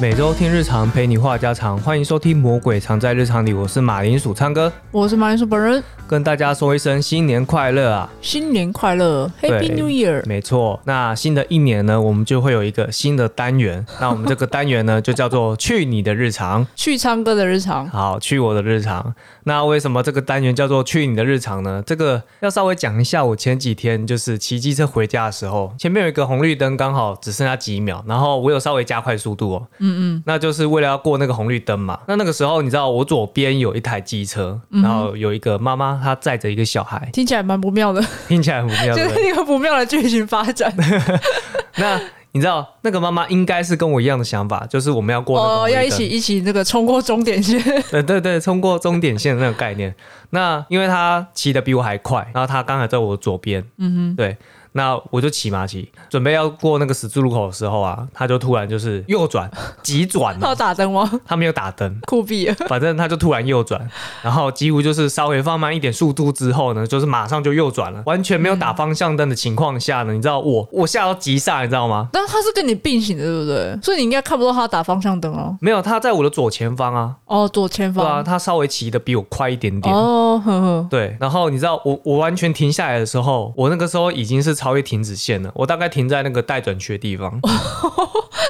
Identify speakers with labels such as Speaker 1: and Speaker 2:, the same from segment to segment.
Speaker 1: 每周听日常，陪你话家常，欢迎收听《魔鬼藏在日常里》，我是马铃薯唱歌，
Speaker 2: 我是马铃薯本人，
Speaker 1: 跟大家说一声新年快乐啊！
Speaker 2: 新年快乐，Happy New Year！
Speaker 1: 没错，那新的一年呢，我们就会有一个新的单元，那我们这个单元呢，就叫做“去你的日常”。
Speaker 2: 去唱歌的日常，
Speaker 1: 好，去我的日常。那为什么这个单元叫做“去你的日常”呢？这个要稍微讲一下。我前几天就是骑机车回家的时候，前面有一个红绿灯，刚好只剩下几秒，然后我有稍微加快速度哦，嗯嗯，那就是为了要过那个红绿灯嘛。那那个时候你知道，我左边有一台机车，
Speaker 2: 嗯
Speaker 1: 然后有一个妈妈，她载着一个小孩，
Speaker 2: 听起来蛮不妙的，
Speaker 1: 听起来很不妙，
Speaker 2: 就
Speaker 1: 对不
Speaker 2: 是
Speaker 1: 对？
Speaker 2: 一个不妙的剧情发展。
Speaker 1: 那你知道，那个妈妈应该是跟我一样的想法，就是我们要过那个红
Speaker 2: 哦，
Speaker 1: 绿灯
Speaker 2: 要一起一起那个冲过终点线，
Speaker 1: 对对对，冲过终点线的那个概念。那因为他骑的比我还快，然后他刚才在我左边，嗯哼，对，那我就骑嘛骑，准备要过那个十字路口的时候啊，他就突然就是右转，急转
Speaker 2: 要
Speaker 1: 了，
Speaker 2: 打灯吗？
Speaker 1: 他没有打灯。
Speaker 2: 酷毙了！
Speaker 1: 反正他就突然右转，然后几乎就是稍微放慢一点速度之后呢，就是马上就右转了，完全没有打方向灯的情况下呢，你知道我我吓到急刹，你知道吗？
Speaker 2: 但他是跟你并行的，对不对？所以你应该看不到他打方向灯哦。
Speaker 1: 没有，他在我的左前方啊，
Speaker 2: 哦，左前
Speaker 1: 对啊，
Speaker 2: 方。
Speaker 1: 他稍微骑的比我快一点点，
Speaker 2: 哦，呵呵，
Speaker 1: 对，然后你知道我我完全停下来的时候，我那个时候已经是超越停止线了，我大概停在那个待转区的地方，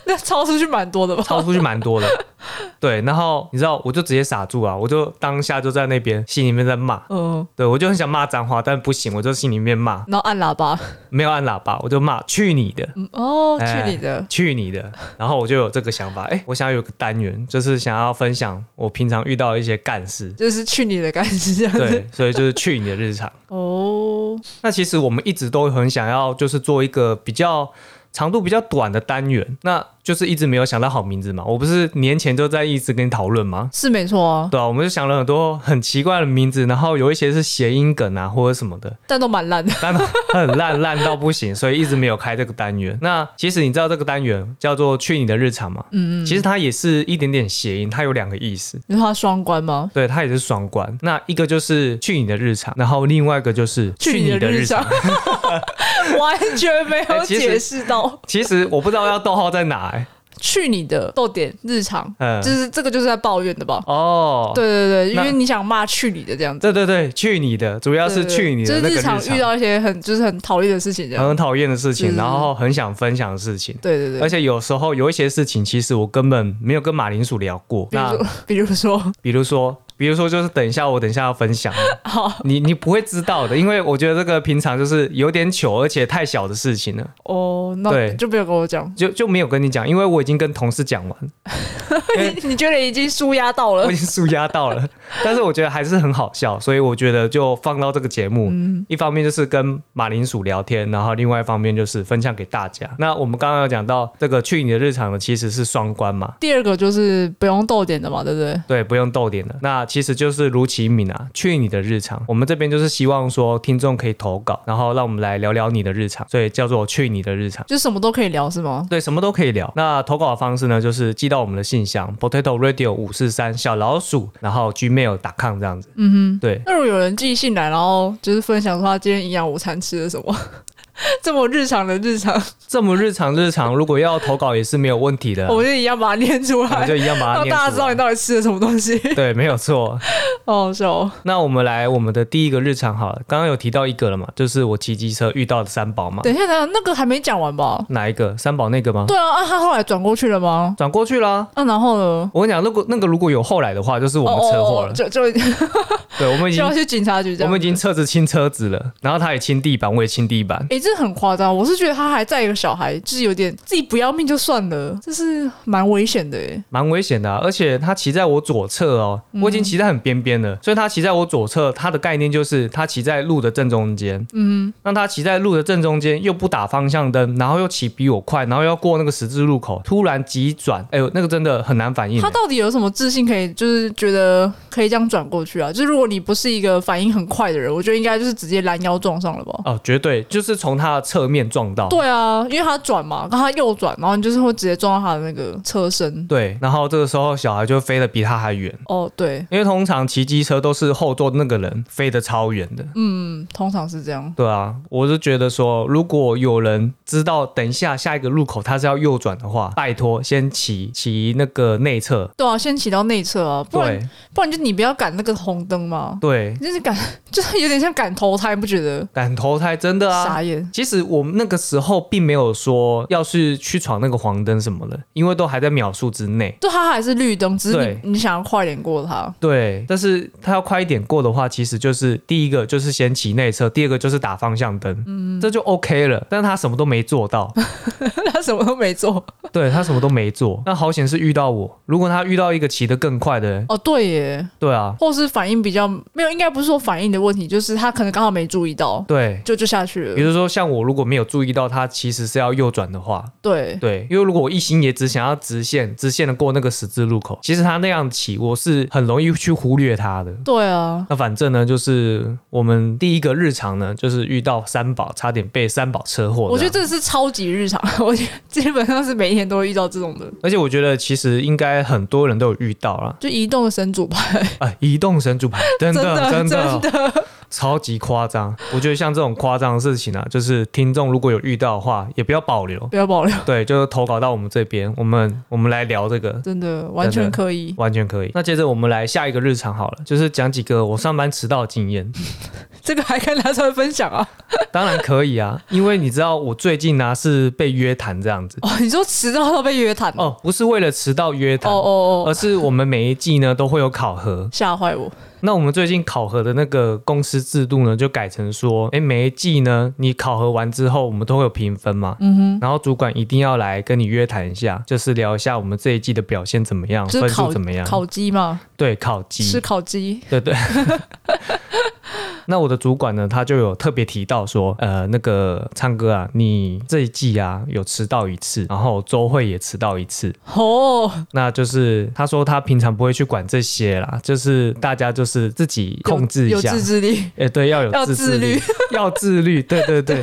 Speaker 2: 那超出去蛮多的吧？
Speaker 1: 超出去蛮多的。 对，然后你知道我就直接傻住啊，我就当下就在那边心里面在骂，
Speaker 2: 嗯，
Speaker 1: 对我就很想骂脏话，但不行，我就心里面骂，
Speaker 2: 然后按喇叭。
Speaker 1: 没有按喇叭，我就骂去你的。
Speaker 2: 嗯哦，
Speaker 1: 哎
Speaker 2: 去你的。，
Speaker 1: 去你的！然后我就有这个想法，哎，我想要有个单元，就是想要分享我平常遇到的一些干事
Speaker 2: 就是去你的感觉这样子
Speaker 1: 对，所以就是去你的日常。
Speaker 2: 哦，
Speaker 1: 那其实我们一直都很想要，就是做一个比较长度比较短的单元，那就是一直没有想到好名字嘛。我不是年前就在一直跟你讨论吗？
Speaker 2: 是没错啊，
Speaker 1: 对啊，我们就想了很多很奇怪的名字，然后有一些是谐音梗啊或者什么的，
Speaker 2: 但都蛮烂的。
Speaker 1: 但很烂烂到不行，所以一直没有开这个单元。那其实你知道这个单元叫做“去你的日常”嘛？嗯嗯，其实它也是一点点谐音，它有两个意思。
Speaker 2: 你说他双关吗？
Speaker 1: 对，它也是双关。那一个就是去你的日常，然后另外一个就是
Speaker 2: 去你的日常，， 完全没有
Speaker 1: 哎其实
Speaker 2: 解释到。
Speaker 1: 其实我不知道要逗号在哪、欸，
Speaker 2: 去你的逗点日常，
Speaker 1: 嗯
Speaker 2: 就是这个就是在抱怨的吧？
Speaker 1: 哦，
Speaker 2: 对对对，因
Speaker 1: 那
Speaker 2: 为你想骂去你的这样子，
Speaker 1: 对对对，去你的，主要是
Speaker 2: 对对
Speaker 1: 去你的那个
Speaker 2: 就是
Speaker 1: 日哦
Speaker 2: 日常遇到一些很就是很讨厌的事情这样。
Speaker 1: 很讨厌的事
Speaker 2: 是
Speaker 1: 情，
Speaker 2: 是
Speaker 1: 然后很想分享的事情。
Speaker 2: 对对
Speaker 1: 而
Speaker 2: 对，
Speaker 1: 且有时候有一些事情，其实我根本没有跟马铃薯聊过。
Speaker 2: 比如
Speaker 1: 那
Speaker 2: 说 比如 说，
Speaker 1: 比如说，比如说就是等一下，我等一下要分享，
Speaker 2: 好
Speaker 1: 你你不会知道的，因为我觉得这个平常就是有点糗，而且太小的事情了，
Speaker 2: 哦，那
Speaker 1: 对
Speaker 2: 就不要跟我讲，
Speaker 1: 就就没有跟你讲，因为我已经跟同事讲完，因为
Speaker 2: 你你觉得已经舒压到了
Speaker 1: 我已，经舒压到了， 但是我觉得还是很好笑，所以我觉得就放到这个节目。一方面就是跟马铃薯聊天，然后另外一方面就是分享给大家。那我们刚刚有讲到这个去你的日常呢，其实是双关嘛。
Speaker 2: 第二个就是不用逗点的嘛，对不对？
Speaker 1: 对，不用逗点的。那其实就是如其名啊，去你的日常。我们这边就是希望说听众可以投稿，然后让我们来聊聊你的日常，所以叫做去你的日常。
Speaker 2: 就什么都可以聊是吗？
Speaker 1: 对，什么都可以聊。那投稿的方式呢，就是寄到我们的信箱 potato radio 五四三小老鼠，然后 gmail.com 这样子。嗯哼，对，
Speaker 2: 那如果有人寄信来，然后就是分享说他今天营养午餐吃了什么， 这么日常的日常，
Speaker 1: 这么日常日常，如果要投稿也是没有问题的，
Speaker 2: 我
Speaker 1: 我
Speaker 2: 们就一样把它念出
Speaker 1: 们
Speaker 2: 来，
Speaker 1: 就一样把它
Speaker 2: 让
Speaker 1: 念
Speaker 2: 大家
Speaker 1: 出
Speaker 2: 知道
Speaker 1: 来
Speaker 2: 你。到底吃了什么 东西。
Speaker 1: 对，没有错。
Speaker 2: 好好笑哦！
Speaker 1: 那我们来我们的第一个日常好了，刚刚有提到一个了嘛，就是我骑机车遇到的三宝嘛。
Speaker 2: 等一下，等一下，那个还没讲完吧？
Speaker 1: 哪一个？三宝那个吗？
Speaker 2: 对啊，啊，他后来转过去了吗？
Speaker 1: 转过去啦。
Speaker 2: 啊，然后呢？
Speaker 1: 我跟你讲，如果那个如果有后来的话，就是我们车祸了。
Speaker 2: 哦哦哦就就
Speaker 1: 对，我们已
Speaker 2: 就
Speaker 1: 经
Speaker 2: 要去警察局这
Speaker 1: 我
Speaker 2: 样。
Speaker 1: 们已经车子清车子了，然后他也清地板，我也清地板。
Speaker 2: 诶，这很夸张。我是觉得他还载一个小孩，就是有点自己不要命就算了，这是蛮危险的诶。
Speaker 1: 蛮危险的啊、而且他骑在我左侧哦，我已经骑在很边边了，所以他骑在我左侧，他的概念就是他骑在路的正中间，嗯，那他骑在路的正中间又不打方向灯，然后又骑比我快，然后要过那个十字路口，突然急转，哎呦，那个真的很难反应
Speaker 2: 他。到底有什么自信可以，就是觉得可以这样转过去啊？就是如果你不是一个反应很快的人，我觉得应该就是直接拦腰撞上了吧。
Speaker 1: 哦，绝对就是从他的侧面撞到。
Speaker 2: 对啊，因为他转嘛，然后他右转，然后你就是会直接撞到他的那个车身。
Speaker 1: 对，然后这个时候小孩就飞得比他还远，
Speaker 2: 哦，对，
Speaker 1: 因为通常骑机车都是后座那个人飞得超远的。
Speaker 2: 嗯，通常是这样。
Speaker 1: 对啊，我是觉得说，如果有人知道等一下下一个路口他是要右转的话，拜托先骑骑那个内侧。
Speaker 2: 对啊，先骑到内侧啊，不然
Speaker 1: 对
Speaker 2: 不然就你不要赶那个红灯嘛，
Speaker 1: 对，
Speaker 2: 你就是赶， 就是有点像赶投胎，不觉得？
Speaker 1: 敢投胎真的啊
Speaker 2: 傻！眼。
Speaker 1: 其实我们那个时候并没有说要是去闯那个黄灯什么的，因为都还在秒数之内。
Speaker 2: 就他还是绿灯，只是
Speaker 1: 对
Speaker 2: 你你想要快点过他。
Speaker 1: 对，但是他要快一点过的话，其实就是第一个就是先骑内侧，第二个就是打方向灯，嗯，这就 OK 了。但他什么都没做 到，
Speaker 2: 他什么都没做。
Speaker 1: 对他什么都没做。那好险是遇到我，如果他遇到一个骑得更快的人，
Speaker 2: 哦，对耶，
Speaker 1: 对啊，
Speaker 2: 或是反应比较没有，应该不是说反应的问题，就是他可能刚好没注意到，
Speaker 1: 对，
Speaker 2: 就就下去
Speaker 1: 比
Speaker 2: 了。
Speaker 1: 如说像我如果没有注意到他其实是要右转的话，
Speaker 2: 对，
Speaker 1: 对，因为如果我一心也只想要直线，直线的过那个十字路口，其实他那样骑，我是很容易去忽略他的。
Speaker 2: 对啊，
Speaker 1: 那反正呢，就是我们第一个日常呢，就是遇到三宝，差点被三宝车祸。
Speaker 2: 我啊觉得
Speaker 1: 这样，
Speaker 2: 这是超级日常， 我觉得基本上是每一天都会遇到这种的，
Speaker 1: 而且我觉得其实应该很多人都有遇到啦。
Speaker 2: 就移动的神主牌，
Speaker 1: 啊、移动神主牌，真
Speaker 2: 真
Speaker 1: 的
Speaker 2: 的
Speaker 1: 真
Speaker 2: 真
Speaker 1: 的
Speaker 2: 的，
Speaker 1: 超级夸张。我觉得像这种夸张的事情啊，就是听众如果有遇到的话，也不要保留，
Speaker 2: 不 要保留，
Speaker 1: 对，就是投稿到我们这边，我们我们来聊这个。
Speaker 2: 真的完全可以。
Speaker 1: 完全可以。那接着我们来下一个日常好了，就是讲几个我上班迟到的经验。
Speaker 2: 这个还可以拿出来分享啊！
Speaker 1: 当然可以啊，因为你知道我最近呢、啊是被约谈这样子
Speaker 2: 哦，你说迟到到被约谈哦
Speaker 1: 哦，不是为了迟到约谈。
Speaker 2: 哦
Speaker 1: 而
Speaker 2: 哦，
Speaker 1: 是我们每一季呢都会有考核，
Speaker 2: 吓坏我！
Speaker 1: 那我们最近考核的那个公司制度呢，就改成说，诶，每一季呢你考核完之后，我们都会有评分嘛，嗯哼，然后主管一定要来跟你约谈一下，就是聊一下我们这一季的表现怎么样，
Speaker 2: 就
Speaker 1: 分
Speaker 2: 是烤
Speaker 1: 数怎么样，嗯
Speaker 2: 烤鸡嘛，
Speaker 1: 对，考绩
Speaker 2: 吃烤鸡
Speaker 1: 对 对。那我的主管呢，他就有特别提到说，呃，那个唱歌啊，你这一季啊有迟到一次，然后周会也迟到一次，
Speaker 2: 哦，
Speaker 1: 那就是他说他平常不会去管这些啦，就是大家就是自己控制一
Speaker 2: 有
Speaker 1: 下
Speaker 2: 自，制力，
Speaker 1: 哎，对，要有
Speaker 2: 要
Speaker 1: 自
Speaker 2: 自律
Speaker 1: 律， 要自律，对对对。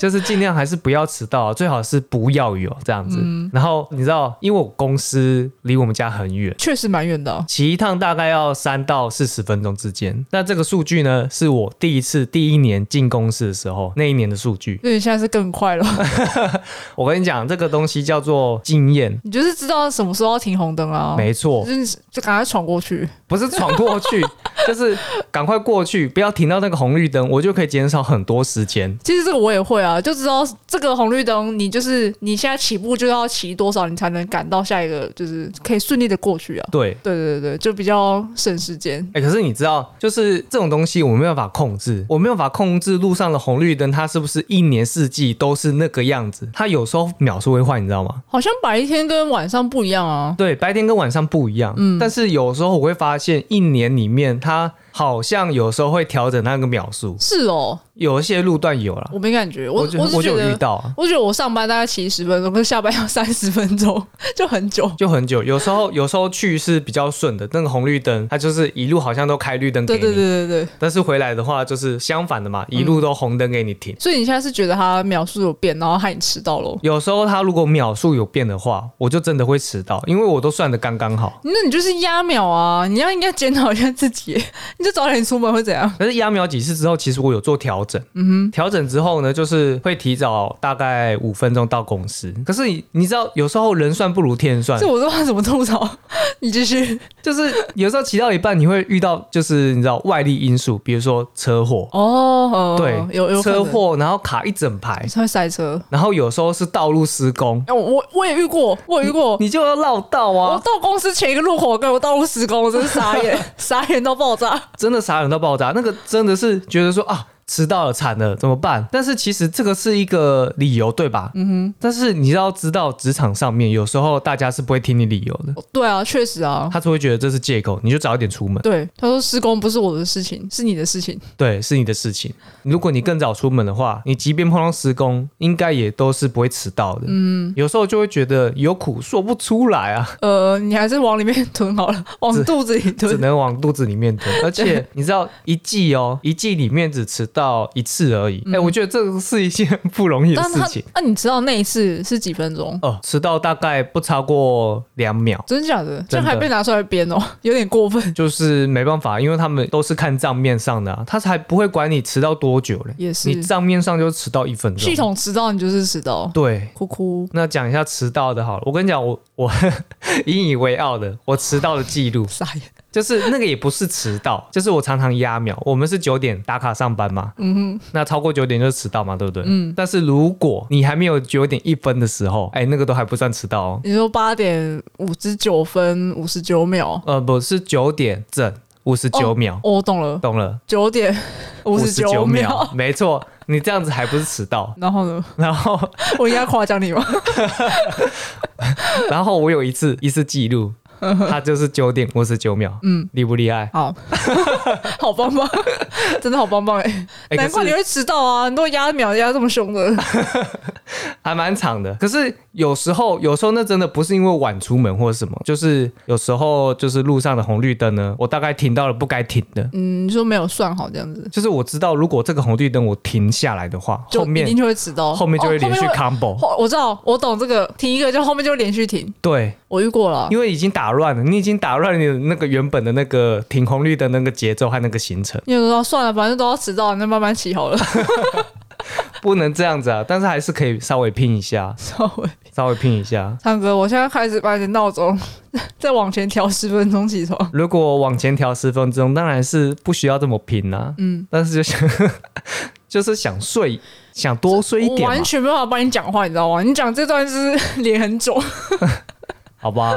Speaker 1: 就是尽量还是不要迟到，啊最好是不要有这样子。
Speaker 2: 嗯
Speaker 1: 然后你知道，因为我公司离我们家很远，
Speaker 2: 确实蛮远的啊。
Speaker 1: 骑一趟大概要三到四十分钟之间。那这个数据呢，是我第一次第一年进公司的时候那一年的数据。
Speaker 2: 那你现在是更快了，
Speaker 1: 我跟你讲，这个东西叫做经验，
Speaker 2: 你就是知道什么时候要停红灯啊，
Speaker 1: 没错，
Speaker 2: 就是就赶快闯过去。
Speaker 1: 不是闯过去，就是赶快过去，不要停到那个红绿灯，我就可以减少很多时间。
Speaker 2: 其实这个我也会啊，就知道这个红绿灯，你就是你现在起步就要骑多少，你才能赶到下一个，就是可以顺利的过去啊。
Speaker 1: 对。
Speaker 2: 对对对，对就比较省时间。
Speaker 1: 哎、可是你知道，就是这种东西我没有办法控制，我没有办法控制路上的红绿灯，它是不是一年四季都是那个样子？它有时候秒数会换，你知道吗？
Speaker 2: 好像白天跟晚上不一样啊。
Speaker 1: 对，白天跟晚上不一样。
Speaker 2: 嗯
Speaker 1: 但是有时候我会发现，一年里面它好像有时候会调整那个秒数，
Speaker 2: 是哦，
Speaker 1: 有一些路段有啦。
Speaker 2: 我没感觉，我
Speaker 1: 就
Speaker 2: 我是
Speaker 1: 我
Speaker 2: 觉
Speaker 1: 就有遇
Speaker 2: 得，
Speaker 1: 到、啊，
Speaker 2: 我觉得我上班大概骑十分钟，跟下班要三十分钟，就很久。
Speaker 1: 就很久。有时候有时候去是比较顺的，那个红绿灯它就是一路好像都开绿灯给
Speaker 2: 对
Speaker 1: 你，
Speaker 2: 对嗯对对对，
Speaker 1: 但是回来的话就是相反的嘛，一路都红灯给你停。
Speaker 2: 所以你现在是觉得他秒数有变，然后害你迟到喽？
Speaker 1: 有时候它如果秒数有变的话，我就真的会迟到，因为我都算的刚刚好。
Speaker 2: 那你就是压秒啊！你要应该检讨一下自己，你就早点出门会怎样？
Speaker 1: 可是压秒几次之后，其实我有做调整。
Speaker 2: 嗯
Speaker 1: 调整之后呢，就是会提早大概五分钟到公司。可是你你知道，有时候人算不如天算
Speaker 2: 这，我都不知道怎么吐槽。你继续
Speaker 1: 就是有时候骑到一半，你会遇到就是你知道外力因素，比如说车祸，
Speaker 2: 哦，
Speaker 1: 对，
Speaker 2: 有有可
Speaker 1: 车
Speaker 2: 能，
Speaker 1: 祸，然后卡一整排，
Speaker 2: 会塞车。
Speaker 1: 然后有时候是道路施工，
Speaker 2: 哎，我我我也遇过，我也遇过。
Speaker 1: 你就要绕道
Speaker 2: 我
Speaker 1: 啊，
Speaker 2: 到公司前一个路口，跟我道路施工，我真是傻眼，傻眼到爆炸。
Speaker 1: 真的傻人到爆炸，那个真的是觉得说啊。迟到了，惨了，怎么办？但是其实这个是一个理由，对吧？嗯哼。但是你要知道，职场上面有时候大家是不会听你理由的。
Speaker 2: 对啊，确实啊。
Speaker 1: 他只会觉得这是借口，你就早一点出门，
Speaker 2: 对，他说施工不是我的事情，是你的事情。
Speaker 1: 对，是你的事情。如果你更早出门的话，你即便碰到施工，应该也都是不会迟到的。嗯，有时候就会觉得有苦说不出来啊，
Speaker 2: 呃，你还是往里面吞好 了，往
Speaker 1: 只
Speaker 2: 肚子里
Speaker 1: 只
Speaker 2: 吞。
Speaker 1: 能往肚子里面吞。而且你知道，一季哦，一季里面只迟到一次而已。哎、我觉得这是一件不容易的
Speaker 2: 嗯但
Speaker 1: 事
Speaker 2: 他
Speaker 1: 情。
Speaker 2: 那你知道那一次是几分钟？
Speaker 1: 哦，迟到大概不超过两秒，
Speaker 2: 真假的？这
Speaker 1: 真的
Speaker 2: 还被拿出来编哦，有点过分。
Speaker 1: 就是没办法，因为他们都是看账面上的、啊，他才不会管你迟到多久嘞。
Speaker 2: 也是
Speaker 1: 你账面上就迟到一分钟，
Speaker 2: 系统迟到你就是迟到，
Speaker 1: 对。
Speaker 2: 哭哭。
Speaker 1: 那讲一下迟到的好了，我跟你讲，我我 引以为傲的我迟到的记录，
Speaker 2: 傻眼，
Speaker 1: 就是那个也不是迟到， 就是我常常压秒。我们是九点打卡上班嘛，
Speaker 2: 嗯
Speaker 1: 那超过九点就是迟到嘛，对不对？嗯。但是如果你还没有九点一分的时候，哎、那个都还不算迟到哦
Speaker 2: 哼，。你说八点五十九分五十九秒，
Speaker 1: 呃，不是九点整五十九秒，
Speaker 2: 哦，我懂了，
Speaker 1: 懂了？
Speaker 2: 九点五十九
Speaker 1: 59
Speaker 2: 秒。
Speaker 1: 没错。你这样子还不是迟到？
Speaker 2: 然后呢？
Speaker 1: 然后，
Speaker 2: 我应该夸奖你吗？
Speaker 1: 然后我有一次一次记录，他就是九点五十九秒，
Speaker 2: 嗯，
Speaker 1: 厉不厉害？
Speaker 2: 好， 好棒棒，真的好棒棒哎、
Speaker 1: 哎
Speaker 2: 难怪
Speaker 1: 可
Speaker 2: 你
Speaker 1: 是
Speaker 2: 会迟到啊！你都压秒压这么凶的，
Speaker 1: 还蛮长的。可是有时候，有时候那真的不是因为晚出门或者什么，就是有时候就是路上的红绿灯呢，我大概停到了不该停的。
Speaker 2: 嗯，你说没有算好这样子，
Speaker 1: 就是我知道，如果这个红绿灯我停下来的话，
Speaker 2: 就
Speaker 1: 后
Speaker 2: 一定
Speaker 1: 面
Speaker 2: 就会迟到，
Speaker 1: 后面就会
Speaker 2: 哦
Speaker 1: 连续。combo、
Speaker 2: 后我知道，我懂这个，停一个就后面就连续停，
Speaker 1: 对，
Speaker 2: 我遇过了。
Speaker 1: 因为已经打乱了，你已经打乱你的那个原本的那个停红绿灯那个节奏和那个行程，
Speaker 2: 因为我说算了，反正都要迟到，那慢慢骑 好了。
Speaker 1: 不能这样子啊！但是还是可以稍微拼一下，
Speaker 2: 稍微
Speaker 1: 稍微拼一下。
Speaker 2: 唱歌，我现在开始把你的闹钟再往前调十分 钟起床。
Speaker 1: 如果往前调十分钟，当然是不需要这么拼啦、
Speaker 2: 嗯，
Speaker 1: 但是就想 就是想睡，想多睡一
Speaker 2: 我
Speaker 1: 点嘛
Speaker 2: 完，全没有办法帮你讲话，你知道吗？你讲这段就是 脸很肿，
Speaker 1: 好吧？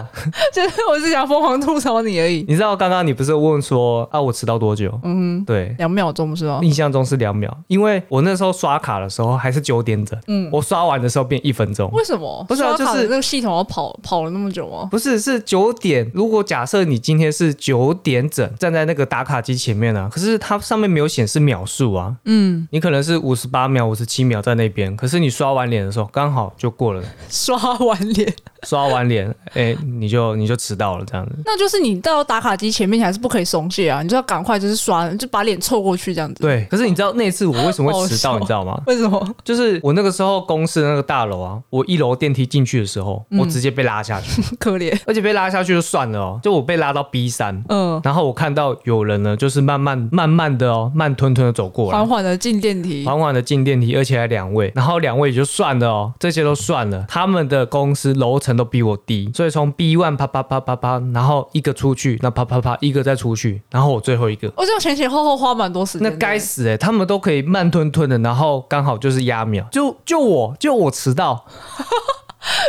Speaker 2: 就是我是想疯狂吐槽你而已。
Speaker 1: 你知道刚刚你不是问说啊，我迟到多久？
Speaker 2: 嗯，
Speaker 1: 对，
Speaker 2: 两秒钟不是吗？
Speaker 1: 印象中是两秒，因为我那时候刷卡的时候还是九点整，
Speaker 2: 嗯
Speaker 1: 我刷完的时候变一分钟。
Speaker 2: 为什么？
Speaker 1: 不是啊
Speaker 2: 刷卡
Speaker 1: 就是
Speaker 2: 的那个系统要跑跑了那么久吗？
Speaker 1: 不是，是九点。如果假设你今天是九点整站在那个打卡机前面啊，可是它上面没有显示秒数啊，
Speaker 2: 嗯，
Speaker 1: 你可能是五十八秒、五十七秒在那边，可是你刷完脸的时候刚好就过了，
Speaker 2: 刷完脸，
Speaker 1: 刷完脸， 哎、你就你就迟到了这样子。
Speaker 2: 那就是你到打卡机前面，你还是不可以松懈啊！你就要赶快就是刷，就把脸凑过去这样子。，
Speaker 1: 对，可是你知道那次我为什么会迟到，
Speaker 2: 好笑
Speaker 1: 你知道吗？
Speaker 2: 为什么？
Speaker 1: 就是我那个时候公司的那个大楼啊，我一楼电梯进去的时候，
Speaker 2: 嗯
Speaker 1: 我直接被拉下去，
Speaker 2: 可怜。
Speaker 1: 而且被拉下去就算了哦，就我被拉到 B 三，
Speaker 2: 嗯，
Speaker 1: 然后我看到有人呢，就是慢慢慢慢的哦，慢吞吞的走过
Speaker 2: 缓
Speaker 1: 来。
Speaker 2: 缓的进电梯。
Speaker 1: 缓缓的进电梯，而且还两位，然后两位也就算了哦，这些都算了。他们的公司楼层都比我低，所以从 B one 啪啪啪啪啪，然后一个出去，那啪啪啪一个再出去，然后我最后一个，
Speaker 2: 我这样前前后后花蛮多时间
Speaker 1: 那
Speaker 2: 的。
Speaker 1: 该死哎、他们都可以慢吞吞的，然后刚好就是压秒，就就我就我迟到，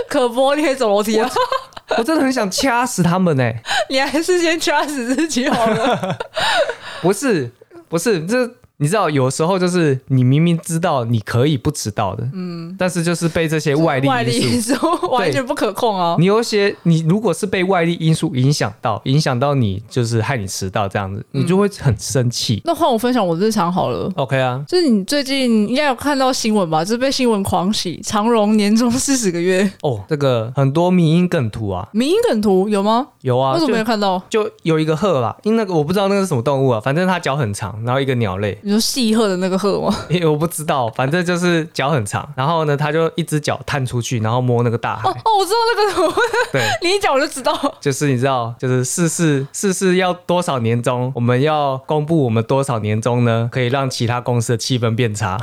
Speaker 2: 可播，你可以走楼梯啊！
Speaker 1: 我真的很想掐死他们哎、
Speaker 2: 你还是先掐死自己好了。
Speaker 1: 不是不是，这你知道有时候就是你明明知道你可以不迟到的，嗯，但是就是被这些 外力
Speaker 2: 外力
Speaker 1: 因
Speaker 2: 因
Speaker 1: 素。
Speaker 2: 素完全不可控啊！
Speaker 1: 你有一些，你如果是被外力因素影响到，影响到你，就是害你迟到这样子，
Speaker 2: 嗯
Speaker 1: 你就会很生气。
Speaker 2: 那换我分享我日常好了。
Speaker 1: OK 啊，
Speaker 2: 就是你最近应该有看到新闻吧？就是被新闻狂喜，长荣年终四十个月，
Speaker 1: 哦，这个很多迷因梗图啊，
Speaker 2: 民营梗图有吗？
Speaker 1: 有啊，
Speaker 2: 为什么
Speaker 1: 就
Speaker 2: 没有看到？
Speaker 1: 就有一个鹤吧，因为那个我不知道那个是什么动物啊，反正它脚很长，然后一个鸟类，
Speaker 2: 你说细鹤的那个鹤吗？
Speaker 1: 因为我不知道，反正就是脚很长，然后呢，它就一只脚探出去，然后摸那个大海，
Speaker 2: 哦哦，我知道那个图，
Speaker 1: 对。
Speaker 2: 你一讲我就知道。
Speaker 1: 就是你知道，就是世事世事要多少年终，我们要公布我们多少年终呢？可以让其他公司的气氛变差。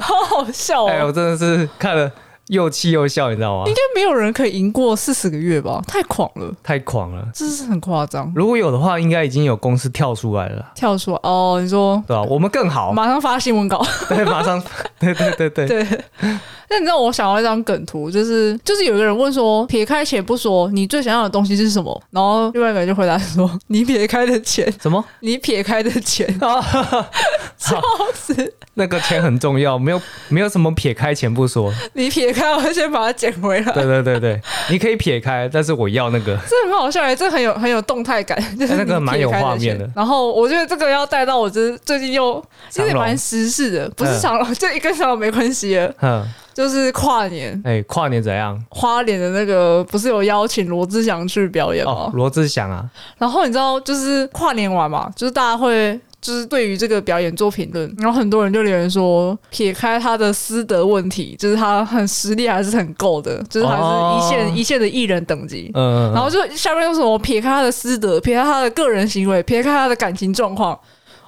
Speaker 2: 好好笑哦！
Speaker 1: 哎，我真的是看了又气又笑，你知道吗？
Speaker 2: 应该没有人可以赢过四十个月吧？太狂了，
Speaker 1: 太狂了！
Speaker 2: 这是很夸张。
Speaker 1: 如果有的话，应该已经有公司跳出来了，
Speaker 2: 跳出来哦，你说
Speaker 1: 对吧、我们更 好，
Speaker 2: 马上发新闻稿，
Speaker 1: 对，马上， 对对对对，
Speaker 2: 对。 那你知道我想要一张梗图，就是就是有一个人问说，撇开钱不说，你最想要的东西是什么？然后另外一个人就回答说，你撇开的钱，
Speaker 1: 什 么？
Speaker 2: 你撇开的钱， 笑死！
Speaker 1: 啊那个钱很重要，没有没有什么撇开钱不说。
Speaker 2: 你撇开，我先把它捡回来。
Speaker 1: 对对对对，你可以撇开，但是我要那个。
Speaker 2: 这很好笑哎、这很有很有动态感，就是
Speaker 1: 哎那个
Speaker 2: 你
Speaker 1: 蛮有
Speaker 2: 撇开
Speaker 1: 画
Speaker 2: 那些
Speaker 1: 面的
Speaker 2: 然后我觉得这个要带到我就是最近又
Speaker 1: 长
Speaker 2: 有点
Speaker 1: 龙
Speaker 2: 蛮时事的，不是
Speaker 1: 嗯
Speaker 2: 长 隆，这、跟长隆没关系了，
Speaker 1: 嗯，
Speaker 2: 就是跨年
Speaker 1: 哎、跨年怎样？
Speaker 2: 花莲的那个不是有邀请罗志祥去表演吗？
Speaker 1: 哦哦，罗志祥啊，
Speaker 2: 然后你知道就是跨年完嘛，就是大家会。就是对于这个表演做评论，然后很多人就留言说，撇开他的私德问题，就是他很实力还是很够的，就是还是一线、
Speaker 1: 哦
Speaker 2: 一线的艺人等级。
Speaker 1: 嗯，
Speaker 2: 然后就下面又什么撇开他的私德，撇开他的个人行为，撇开他的感情状况。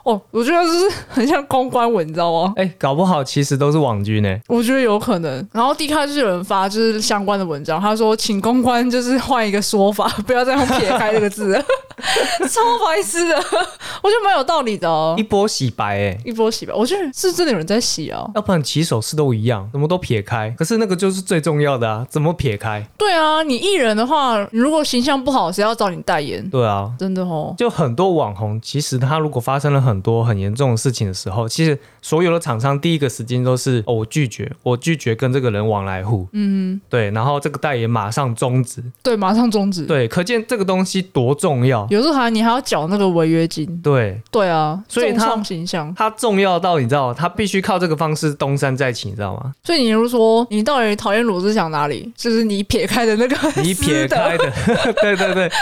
Speaker 2: 哦，我觉得就是很像公关文，你知道吗？
Speaker 1: 哎、搞不好其实都是网军呢、欸
Speaker 2: 我觉得有可能。然后 D 卡就是有人发就是相关的文章，他说请公关就是换一个说法， 不要再用撇开这个字 了，超白痴的。我觉得蛮有道理的哦
Speaker 1: 一，波洗白哎、
Speaker 2: 一波洗吧。我觉得是真的有人在洗哦。
Speaker 1: 要不然起手式都一样，怎么都撇开。可是那个就是最重要的啊，怎么撇开？
Speaker 2: 对啊，你艺人的话，你如果形象不好，谁要找你代言？
Speaker 1: 对啊，
Speaker 2: 真的哦，
Speaker 1: 就很多网红，其实他如果发生了很多很严重的事情的时候，其实所有的厂商第一个时间都是、哦、我拒绝，我拒绝跟这个人往来户。
Speaker 2: 嗯，
Speaker 1: 对，然后这个代言马上终止。
Speaker 2: 对，马上终止。
Speaker 1: 对，可见这个东西多重要。
Speaker 2: 有时候还你还要缴那个违约金。
Speaker 1: 对，
Speaker 2: 对啊，
Speaker 1: 所以
Speaker 2: 重
Speaker 1: 他
Speaker 2: 创形象。
Speaker 1: 它重要到你知道，它必须靠这个方式东山再起，你知道吗？
Speaker 2: 所以你如说你到底讨厌罗志祥哪里？就是你撇开的那个
Speaker 1: 你撇
Speaker 2: 私德，
Speaker 1: 开的， 对对对对，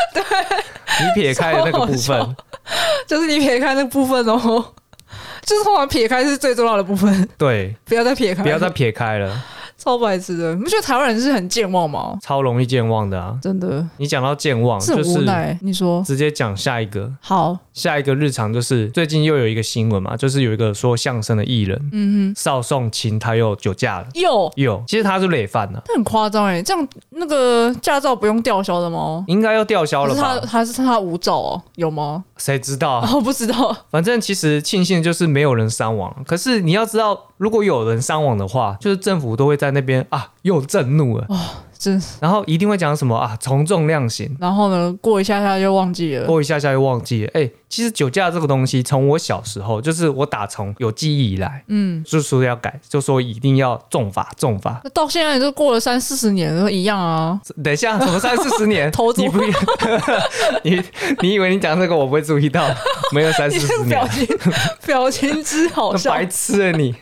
Speaker 1: 你撇开的那个部
Speaker 2: 超好
Speaker 1: 分，
Speaker 2: 就是你撇开那部分哦。就是通常撇开是最重要的部分，
Speaker 1: 对，
Speaker 2: 不要再撇开，
Speaker 1: 不要再撇开了，
Speaker 2: 超白痴的。你不觉得台湾人是很健忘吗？
Speaker 1: 超容易健忘的啊！
Speaker 2: 真的
Speaker 1: 你讲到健忘，
Speaker 2: 是很
Speaker 1: 哦就
Speaker 2: 无
Speaker 1: 是
Speaker 2: 奈。你说
Speaker 1: 直接讲下一个，
Speaker 2: 好，
Speaker 1: 下一个日常就是最近又有一个新闻嘛，就是有一个说相声的艺人
Speaker 2: 嗯
Speaker 1: 邵颂琴，他又酒驾了。
Speaker 2: 哼，有，
Speaker 1: 有，其实他是累犯了，
Speaker 2: 这很夸张哎，这样那个驾照不用吊销的吗？
Speaker 1: 应该要吊销
Speaker 2: 可
Speaker 1: 了
Speaker 2: 是他
Speaker 1: 吧？
Speaker 2: 他是他无照哦，有吗？
Speaker 1: 谁知道啊？
Speaker 2: 哦，不知道，
Speaker 1: 反正其实庆幸就是没有人伤亡。可是你要知道，如果有人伤亡的话，就是政府都会在那边啊又震怒了，
Speaker 2: 真。
Speaker 1: 然后一定会讲什么啊从重量刑，
Speaker 2: 然后呢，过一下下就忘记了。
Speaker 1: 过一下下又忘记了。哎、其实酒驾这个东西，从我小时候就是我打从有记忆以来，
Speaker 2: 嗯，
Speaker 1: 就说要改，就说一定要重罚重罚。
Speaker 2: 那到现在都过了三四十年了，一样啊。
Speaker 1: 等一下，什么三四十年？
Speaker 2: 投资
Speaker 1: 你不， 你你以为你讲这个我不会注意到？没有三四
Speaker 2: 你这
Speaker 1: 十
Speaker 2: 个
Speaker 1: 年
Speaker 2: 表，情表情之好
Speaker 1: 那
Speaker 2: 笑
Speaker 1: 白。痴啊你，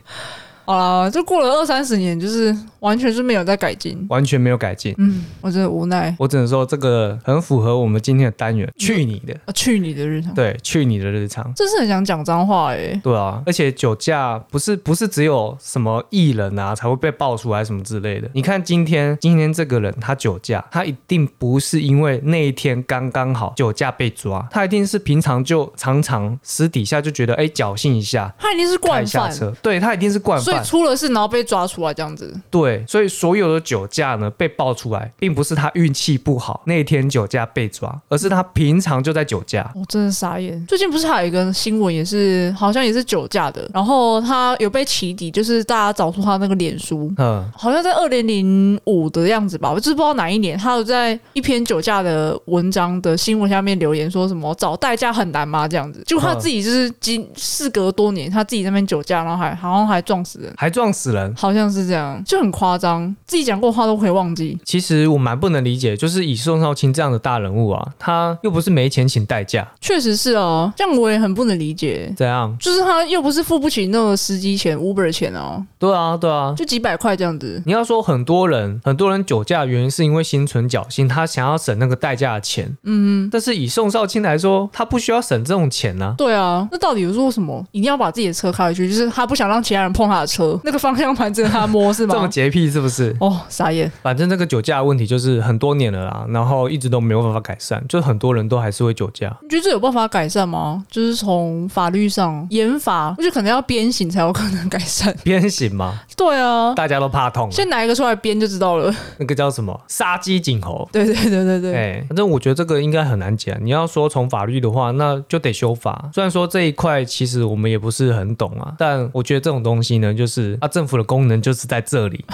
Speaker 2: 好啦，就过了二三十年，就是完全是没有在改进。
Speaker 1: 完全没有改进。
Speaker 2: 嗯，我真的无奈。
Speaker 1: 我只能说这个很符合我们今天的单元，去你的，
Speaker 2: 啊，去你的日常！
Speaker 1: 对，去你的日常。
Speaker 2: 真是很想讲脏话哎、
Speaker 1: 对啊，而且酒驾不是不是只有什么艺人啊才会被爆出来什么之类的。你看今天今天这个人他酒驾，他一定不是因为那一天刚刚好酒驾被抓，他一定是平常就常常私底下就觉得哎侥幸一下。
Speaker 2: 他一定是
Speaker 1: 开一
Speaker 2: 惯
Speaker 1: 下
Speaker 2: 犯，
Speaker 1: 车，对他一定是惯
Speaker 2: 所以
Speaker 1: 犯，
Speaker 2: 出了事然后被抓出来这样子。
Speaker 1: 对，所以所有的酒驾呢被爆出来，并不是他运气不好那一天酒驾被抓，而是他平常就在酒驾，
Speaker 2: 我、真的傻眼。最近不是还有一个新闻，也是好像也是酒驾的，然后他有被起底，就是大家找出他那个脸书，
Speaker 1: 嗯，
Speaker 2: 好像在二零零五的样子吧，我就是不知道哪一年，他有在一篇酒驾的文章的新闻下面留言说什么找代驾很难吗？这样子，就他自己就是经事隔多年，他自己在那边酒驾，然后还好像还撞死人，
Speaker 1: 还撞死人。
Speaker 2: 好像是这样，就很夸张，自己讲过的话都可以忘记。
Speaker 1: 其实我蛮不能理解，就是以宋少卿这样的大人物啊，他又不是没钱请代驾，
Speaker 2: 确实是哦，这样我也很不能理解。
Speaker 1: 怎样？
Speaker 2: 就是他又不是付不起那个司机钱、Uber 钱哦，
Speaker 1: 对啊，对啊。
Speaker 2: 就几百块这样子。
Speaker 1: 你要说很多人，很多人酒驾的原因是因为心存侥幸，他想要省那个代驾的钱。嗯，但是以宋少卿来说，他不需要省这种钱呢、
Speaker 2: 对啊，那到底有为什么一定要把自己的车开回去？就是他不想让其他人碰他的车，那个方向盘只有他摸是
Speaker 1: 这么
Speaker 2: 吗？
Speaker 1: 洁癖是不是？
Speaker 2: 哦，傻眼。
Speaker 1: 反正这个酒驾的问题就是很多年了啦，然后一直都没有办法改善，就很多人都还是会酒驾。
Speaker 2: 你觉得这有办法改善吗？就是从法律上严罚，我觉得可能要鞭刑才有可能改善。
Speaker 1: 鞭刑嘛，
Speaker 2: 对啊，
Speaker 1: 大家都怕痛啊，
Speaker 2: 先拿一个出来鞭就知道 了。
Speaker 1: 那个叫什么杀鸡儆猴。啊
Speaker 2: 对对对对对，
Speaker 1: 哎、反正我觉得这个应该很难讲。你要说从法律的话，那就得修法。虽然说这一块其实我们也不是很懂啊，但我觉得这种东西呢，就是啊，政府的功能就是在这 里，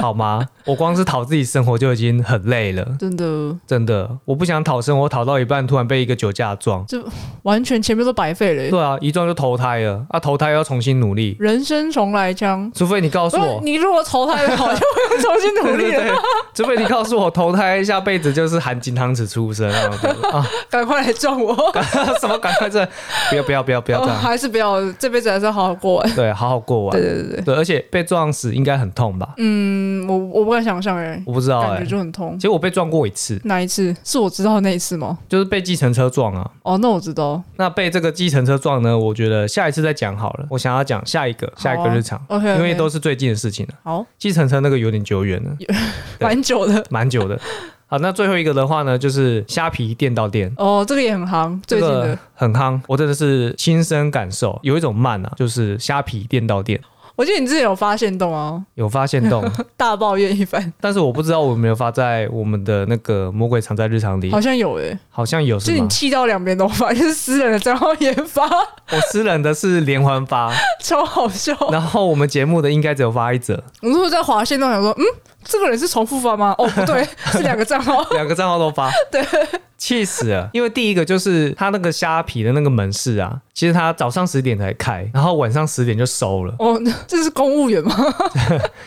Speaker 1: 好吗？我光是讨自己生活就已经很累了，
Speaker 2: 真的
Speaker 1: 真的，我不想讨生活，讨到一半突然被一个酒驾撞，
Speaker 2: 完全前面都白费了耶。
Speaker 1: 对啊，一撞就投胎了，啊，投胎要重新努力，
Speaker 2: 人生重来枪。
Speaker 1: 除非你告诉我。
Speaker 2: 你如果投胎的好，就不用重新努
Speaker 1: 对对
Speaker 2: 力了。
Speaker 1: 对，除非你告诉我投胎下辈子就是含金汤匙出生啊！
Speaker 2: 赶快来撞我！
Speaker 1: 什么赶快这，不要不要不要不要这
Speaker 2: 哦
Speaker 1: 样，
Speaker 2: 还是不要，这辈子还是好好过完。
Speaker 1: 对，好好过完。
Speaker 2: 对对对对对，
Speaker 1: 对，而且被撞死应该很痛吧？
Speaker 2: 嗯，我我不敢想象哎、
Speaker 1: 我不知道哎、
Speaker 2: 感觉就很痛
Speaker 1: 其。实我被撞过一次，
Speaker 2: 哪一次是我知道的那一次吗？
Speaker 1: 就是被计程车撞啊。
Speaker 2: 哦，那我知道。
Speaker 1: 那被这个计程车撞呢，我觉得下一次再讲好了。我想要讲下一
Speaker 2: 啊
Speaker 1: 个下一个日常，
Speaker 2: OK，,
Speaker 1: 因为都是最近的事情了。
Speaker 2: 好，
Speaker 1: 计程车那个有点久远了，对
Speaker 2: 蛮久的。
Speaker 1: 蛮久的。好，那最后一个的话呢，就是虾皮店到店。
Speaker 2: 哦，这个也很行，
Speaker 1: 这
Speaker 2: 最近的。
Speaker 1: 个很夯，我真的是亲身感受，有一种慢啊，就是虾皮店到店
Speaker 2: 我记得你之前有发现动啊，
Speaker 1: 有发现动，
Speaker 2: 大抱怨一番，
Speaker 1: 但是我不知道我有没有发在我们的那个魔鬼藏在日常里
Speaker 2: 好，像有诶、
Speaker 1: 好像有
Speaker 2: 就是是
Speaker 1: 吗
Speaker 2: 你？气到两边都发，就是私人的账号也发，
Speaker 1: 我私人的是连环发，
Speaker 2: 超好笑。
Speaker 1: 然后我们节目的应该只有发一则，
Speaker 2: 我那时候在划线都想说，嗯，这个人是重复发吗？哦，不对，是两个账号。
Speaker 1: 两个账号都 发，
Speaker 2: 对，
Speaker 1: 气死了。因为第一个就是他那个虾皮的那个门市啊，其实他早上十点才开，然后晚上十点就收了，
Speaker 2: 哦，这是公务员吗？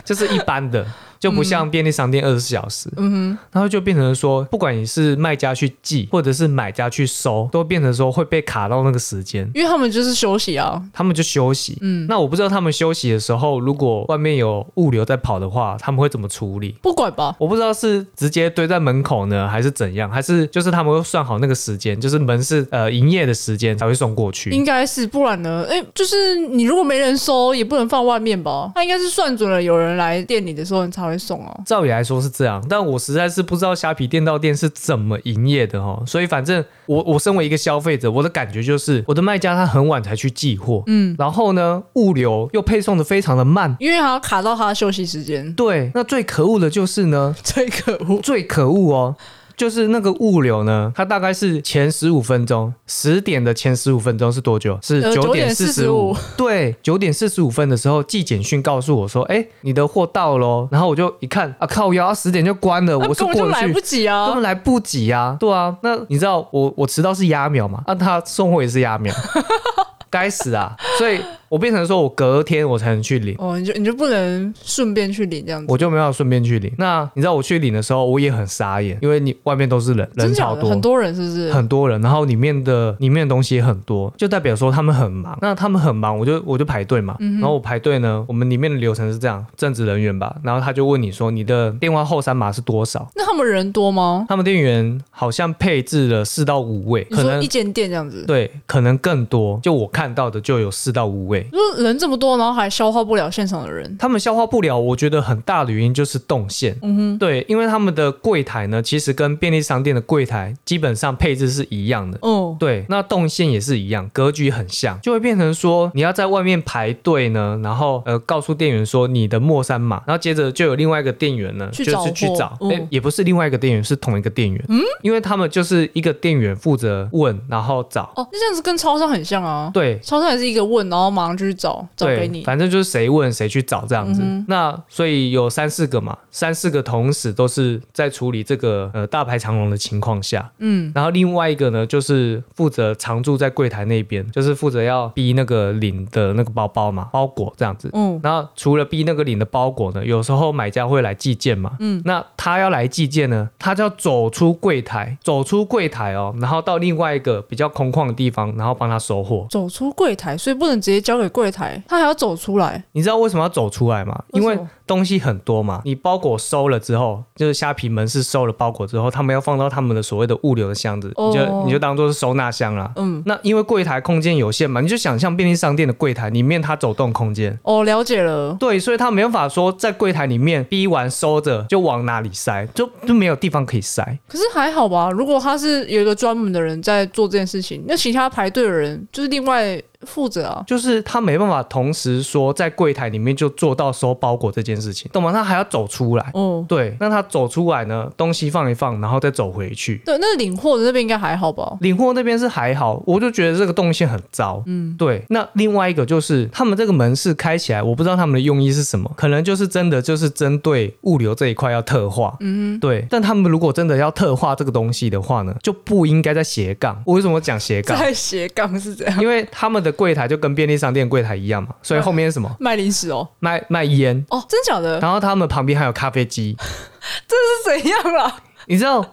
Speaker 1: 就是一般的。就不像便利商店二十四小时，嗯哼，然后就变成说，不管你是卖家去寄，或者是买家去收，都变成说会被卡到那个时间，
Speaker 2: 因为他们就是休息啊。
Speaker 1: 他们就休息。嗯，那我不知道他们休息的时候，如果外面有物流在跑的话，他们会怎么处理？
Speaker 2: 不管吧，
Speaker 1: 我不知道是直接堆在门口呢，还是怎样，还是就是他们会算好那个时间，就是门是呃营业的时间才会送过去。
Speaker 2: 应该是，不然呢？哎、就是你如果没人收，也不能放外面吧？他应该是算准了有人来店里的时候，你才会送哦、
Speaker 1: 照理来说是这样，但我实在是不知道虾皮店到店是怎么营业的哦。所以反正我我身为一个消费者，我的感觉就是我的卖家他很晚才去寄货，嗯，然后呢物流又配送的非常的慢。
Speaker 2: 因为还要卡到他的休息时间，
Speaker 1: 对，那最可恶的就是呢，
Speaker 2: 最可恶。
Speaker 1: 最可恶哦，就是那个物流呢，它大概是前十五分钟，十点的前十五分钟是多久？是
Speaker 2: 呃
Speaker 1: 九点四十
Speaker 2: 9:45
Speaker 1: 五。对，九点四十五分的时候寄简讯告诉我说，哎、你的货到喽。然后我就一看啊，靠腰，十点就关了，
Speaker 2: 那
Speaker 1: 呃我是
Speaker 2: 啊根
Speaker 1: 过
Speaker 2: 本就
Speaker 1: 得
Speaker 2: 来
Speaker 1: 去
Speaker 2: 不。及
Speaker 1: 根
Speaker 2: 啊！
Speaker 1: 本来不及啊！对啊，那你知道我我迟到是压秒嘛？啊，他送货也是压秒， 该死啊！所以我变成说我隔天我才能去领。
Speaker 2: 哦，你就你就不能顺便去领这样子，
Speaker 1: 我就没有顺便去领。那你知道我去领的时候，我也很傻眼，因为你外面都是人，
Speaker 2: 真
Speaker 1: 人
Speaker 2: 假
Speaker 1: 超
Speaker 2: 的很多人是不是？
Speaker 1: 很多人，然后里面的里面的东西也很多，就代表说他们很忙。那他们很忙，我就我就排队嘛。
Speaker 2: 嗯
Speaker 1: 然后我排队呢，我们里面的流程是这样，正职人员吧，然后他就问你说你的电话后三码是多少？
Speaker 2: 那他们人多吗？
Speaker 1: 他们店员好像配置了四到五位，
Speaker 2: 你
Speaker 1: 可
Speaker 2: 说
Speaker 1: 能
Speaker 2: 一间店这样子，
Speaker 1: 对，可能更多。就我看到的就有四到五位。
Speaker 2: 就是人这么多，然后还消化不了现场的人，
Speaker 1: 他们消化不了，我觉得很大的原因就是动线。嗯哼，对，因为他们的柜台呢，其实跟便利商店的柜台基本上配置是一样的。
Speaker 2: 哦，
Speaker 1: 对，那动线也是一样，格局很像，就会变成说你要在外面排队呢，然后呃告诉店员说你的末三码，然后接着就有另外一个店员呢，
Speaker 2: 去
Speaker 1: 就
Speaker 2: 找
Speaker 1: 是去
Speaker 2: 货
Speaker 1: 找，
Speaker 2: 嗯
Speaker 1: 诶也不是另外一个店员，是同一个店员，嗯，因为他们就是一个店员负责问，然后找，
Speaker 2: 哦，那这样子跟超商很像啊。
Speaker 1: 对，
Speaker 2: 超商也是一个问，然后马上就去找找
Speaker 1: 对，
Speaker 2: 给你。嗯
Speaker 1: 反正就是谁问谁去找这样子。那所以有三四个嘛，三四个同时都是在处理这个呃大排长龙的情况下，嗯，然后另外一个呢就是负责常驻在柜台那边，就是负责要逼那个领的那个包包嘛，包裹这样子。
Speaker 2: 嗯，
Speaker 1: 然后除了逼那个领的包裹呢，有时候买家会来寄件嘛，嗯，那他要来寄件呢，他就要走出柜台，走出柜台哦，然后到另外一个比较空旷的地方，然后帮他收货。
Speaker 2: 走出柜台，所以不能直接交给柜台，他还要走出来。
Speaker 1: 你知道为什么要走出来吗？因
Speaker 2: 为
Speaker 1: 为
Speaker 2: 什么
Speaker 1: 东西很多嘛，你包裹收了之后，就是虾皮门市收了包裹之后，他们要放到他们的所谓的物流的箱子，
Speaker 2: 哦
Speaker 1: 你就你就当做是收纳箱啦。
Speaker 2: 嗯，
Speaker 1: 那因为柜台空间有限嘛，你就想象便利商店的柜台里面它走动空间，
Speaker 2: 哦，了解了。
Speaker 1: 对，所以他没办法说在柜台里面逼完收着就往哪里塞，就就没有地方可以塞。
Speaker 2: 可是还好吧，如果他是有一个专门的人在做这件事情，那其他排队的人就是另外负责啊。
Speaker 1: 就是他没办法同时说在柜台里面就做到收包裹这件事情，懂吗？他还要走出来，
Speaker 2: 哦，
Speaker 1: 对，那他走出来呢，东西放一放，然后再走回去。
Speaker 2: 对，那领货的那边应该还好吧？
Speaker 1: 领货那边是还好，我就觉得这个动线很糟。嗯，对。那另外一个就是他们这个门市开起来，我不知道他们的用意是什么，可能就是真的就是针对物流这一块要特化。嗯，对。但他们如果真的要特化这个东西的话呢，就不应该在斜杠。我为什么讲斜 杠？
Speaker 2: 在斜杠是这样，
Speaker 1: 因为他们的柜台就跟便利商店柜台一样嘛，所以后面是什么
Speaker 2: 卖零食哦。
Speaker 1: 卖卖烟，
Speaker 2: 哦，真假的？
Speaker 1: 然后他们旁边还有咖啡机，
Speaker 2: 是怎样啦？啊
Speaker 1: 你知道。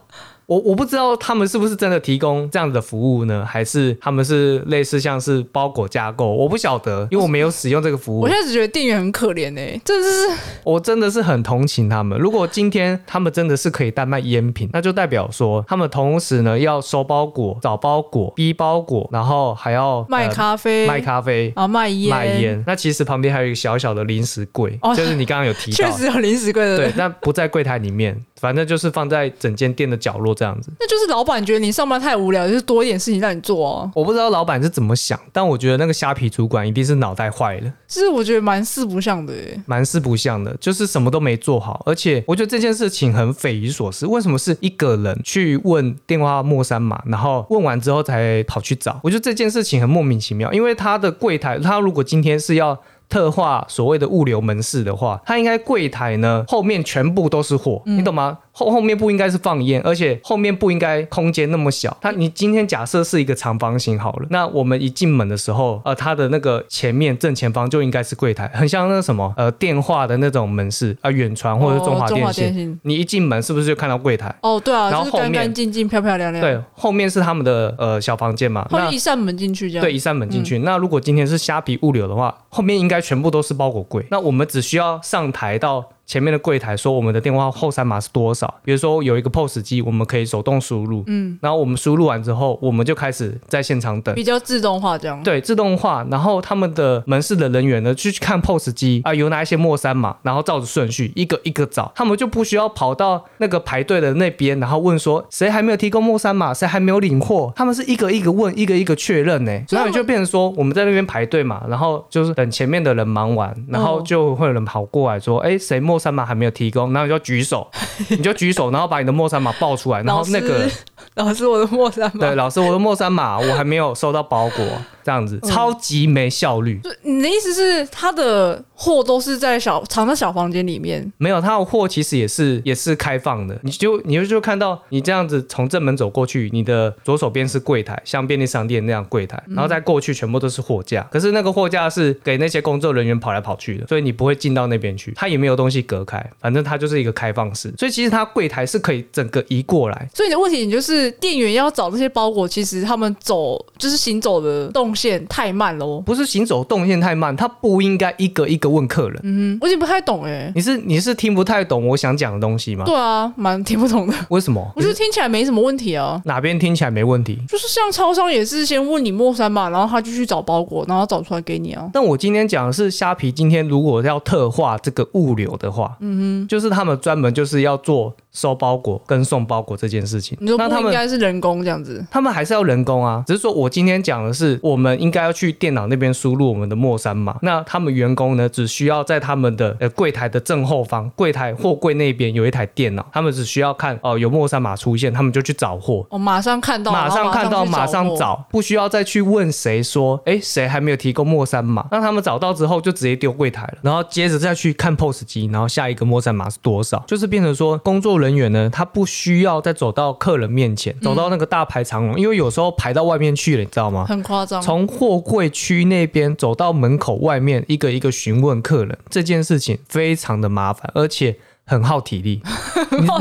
Speaker 1: 我我不知道他们是不是真的提供这样子的服务呢，还是他们是类似像是包裹架构？我不晓得，因为我没有使用这个服务
Speaker 2: 我现。在只觉得店员很可怜哎、真的是
Speaker 1: 我真的是很同情他们。如果今天他们真的是可以代卖烟品，那就代表说他们同时呢要收包裹、找包裹、逼包裹，然后还要
Speaker 2: 卖、咖啡，
Speaker 1: 呃卖咖啡、
Speaker 2: 啊卖烟，
Speaker 1: 卖烟。那其实旁边还有一个小小的零食柜，
Speaker 2: 哦
Speaker 1: 就是你刚刚有提
Speaker 2: 确
Speaker 1: 到，
Speaker 2: 实有零食柜的，
Speaker 1: 对，但不在柜台里面，反正就是放在整间店的角落这样子。
Speaker 2: 那就是老板觉得你上班太无聊，就是多一点事情让你做哦、
Speaker 1: 我不知道老板是怎么想，但我觉得那个虾皮主管一定是脑袋坏了，
Speaker 2: 其实我觉得蛮四不像的、欸，
Speaker 1: 蛮是不像的，就是什么都没做好。而且我觉得这件事情很匪夷所思，为什么是一个人去问电话莫三码，然后问完之后才跑去找？我觉得这件事情很莫名其妙，因为他的柜台，他如果今天是要。特化所谓的物流门市的话，他应该柜台呢后面全部都是货，
Speaker 2: 嗯
Speaker 1: 你懂吗？后后面不应该是放烟，而且后面不应该空间那么
Speaker 2: 嗯
Speaker 1: 小。它你今天假设是一个长方形好了，那我们一进门的时候，呃，它的那个前面正前方就应该是柜台，很像那什么呃电话的那种门市啊，呃远、传或者是中华
Speaker 2: 哦中华
Speaker 1: 电
Speaker 2: 电
Speaker 1: 信，
Speaker 2: 信。
Speaker 1: 你一进门是不是就看到柜台？
Speaker 2: 哦，对啊，
Speaker 1: 然
Speaker 2: 就
Speaker 1: 后
Speaker 2: 是
Speaker 1: 后
Speaker 2: 干
Speaker 1: 面
Speaker 2: 干净净、漂漂亮亮，
Speaker 1: 对，后面是他们的呃小房间嘛，
Speaker 2: 后
Speaker 1: 那
Speaker 2: 面一扇门进去这样。嗯
Speaker 1: 对，一扇门进去。那如果今天是虾皮物流的话，后面应该全部都是包裹柜。那我们只需要上台到前面的柜台，说我们的电话后三码是多少。比如说有一个 POS 机，我们可以手动输入，嗯，然后我们输入完之后，我们就开始在现场等。
Speaker 2: 比较自动化这样。
Speaker 1: 对，自动化，然后他们的门市的人员呢，去看 POS 机啊、有哪一些末三码，然后照着顺序一个一个找，他们就不需要跑到那个排队的那边，然后问说谁还没有提供末三码，谁还没有领货，他们是一个一个问，一个一个确认呢、所
Speaker 2: 所以
Speaker 1: 以
Speaker 2: 他们
Speaker 1: 就变成说我们在那边排队嘛，然后就是等前面的人忙完，
Speaker 2: 嗯
Speaker 1: 然后就会有人跑过来说，哎、谁末三码还没有提供，然后你就举手，你就举手，然后把你的末三码报出来，然后那个人
Speaker 2: 老师老哦师，我的莫三码
Speaker 1: 对，。老师，我的莫三码，我还没有收到包裹，这样子超级没效率。
Speaker 2: 嗯就你的意思是，他的货都是在小藏在小房间里面，
Speaker 1: 没有，它的货其实也是也是开放的，你就你就就看到你这样子从正门走过去，你的左手边是柜台，像便利商店那样柜台，
Speaker 2: 嗯
Speaker 1: 然后再过去全部都是货架。可是那个货架是给那些工作人员跑来跑去的，所以你不会进到那边去，它也没有东西隔开，反正它就是一个开放式。所以其实它柜台是可以整个移过来，
Speaker 2: 所以你的问题你就是店员要找这些包裹，其实他们走就是行走的动线太慢哦喽。
Speaker 1: 不是行走动线太慢，它不应该一个一个问客人。
Speaker 2: 嗯，我已经不太懂哎、欸。
Speaker 1: 你是你是听不太懂我想讲的东西吗？
Speaker 2: 对啊，蛮听不懂的。
Speaker 1: 为什么
Speaker 2: 我？觉得听起来没什么问题啊，
Speaker 1: 哪边听起来没问题？
Speaker 2: 就是像超商也是先问你莫三码，然后他就去找包裹，然后找出来给你啊。
Speaker 1: 但我今天讲的是虾皮，今天如果要特化这个物流的话，嗯哼，就是他们专门就是要做收包裹跟送包裹这件事情。
Speaker 2: 你说
Speaker 1: 那
Speaker 2: 不
Speaker 1: 他
Speaker 2: 应
Speaker 1: 们
Speaker 2: 该是人工这样子？
Speaker 1: 他们还是要人工啊，只是说我今天讲的是，我们应该要去电脑那边输入我们的末三码，那他们员工呢，只需要在他们的呃柜台的正后方，柜台货柜那边有一台电脑，他们只需要看哦、有末三码出现，他们就去找货。
Speaker 2: 我、哦马上看到，
Speaker 1: 马
Speaker 2: 然后
Speaker 1: 上看到，马
Speaker 2: 去
Speaker 1: 上
Speaker 2: 货。
Speaker 1: 找，不需要再去问谁说，哎，谁还没有提供莫三码？让他们找到之后就直接丢柜台了，然后接着再去看 POS 机，然后下一个莫三码是多少？就是变成说，工作人员呢，他不需要再走到客人面前，走到那个大排长龙，因为有时候排到外面去了，你知道吗？
Speaker 2: 很夸张，
Speaker 1: 从货柜区那边走到门口外面，一个一个询问客人，这件事情非常的麻烦，而且。很耗体力，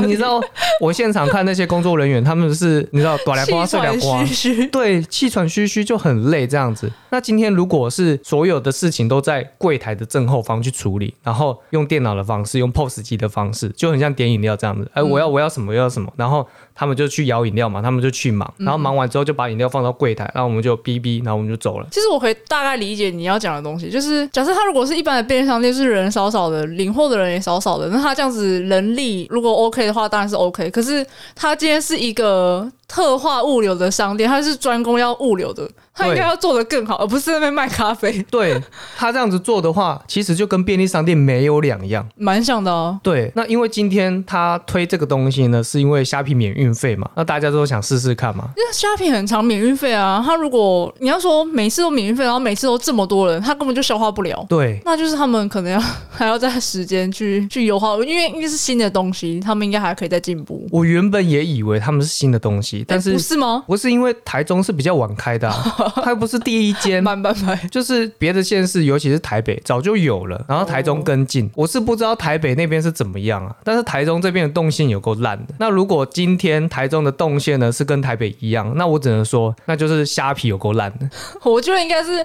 Speaker 1: 你你知道，我现场看那些工作人员，他们是你知道，短来瓜碎两瓜
Speaker 2: 气喘，吁吁
Speaker 1: 对，气喘吁吁就很累这样子。那今天如果是所有的事情都在柜台的正后方去处理，然后用电脑的方式，用 POS 机的方式，就很像点饮料这样子。哎、我要我要什么我要什么，然后他们就去摇饮料嘛，他们就去忙，然后忙完之后就把饮料放到柜台，然后我们就哔哔，然后我们就走了。
Speaker 2: 其实我可以大概理解你要讲的东西，就是假设他如果是一般的便利商店，就是人少少的，领货的人也少少的，那他这样子人力如果 OK 的话，当然是 OK。可是他今天是一个特化物流的商店，他是专攻要物流的，他应该要做的更好，而不是在那边卖咖啡，
Speaker 1: 对他这样子做的话，其实就跟便利商店没有两样。
Speaker 2: 蛮像的哦、
Speaker 1: 对，那因为今天他推这个东西呢，是因为虾皮免运费嘛，那大家都想试试看嘛。
Speaker 2: 因为虾皮很常免运费啊，他如果你要说每次都免运费，然后每次都这么多人，他根本就消化不了。
Speaker 1: 对，
Speaker 2: 那就是他们可能要还要在时间去去优化，因为因为是新的东西，他们应该还可以再进步。
Speaker 1: 我原本也以为他们是新的东西，西，但是
Speaker 2: 不是吗？
Speaker 1: 哎不是因为台中是比较晚开的、 啊，它又不是第一间。
Speaker 2: 慢慢慢，
Speaker 1: 就是别的县市，尤其是台北，早就有了，然后台中跟进。我是不知道台北那边是怎么样啊，但是台中这边的动线有够烂的。那如果今天台中的动线呢是跟台北一样，那我只能说，那就是虾皮有够烂的。
Speaker 2: 我觉得应该是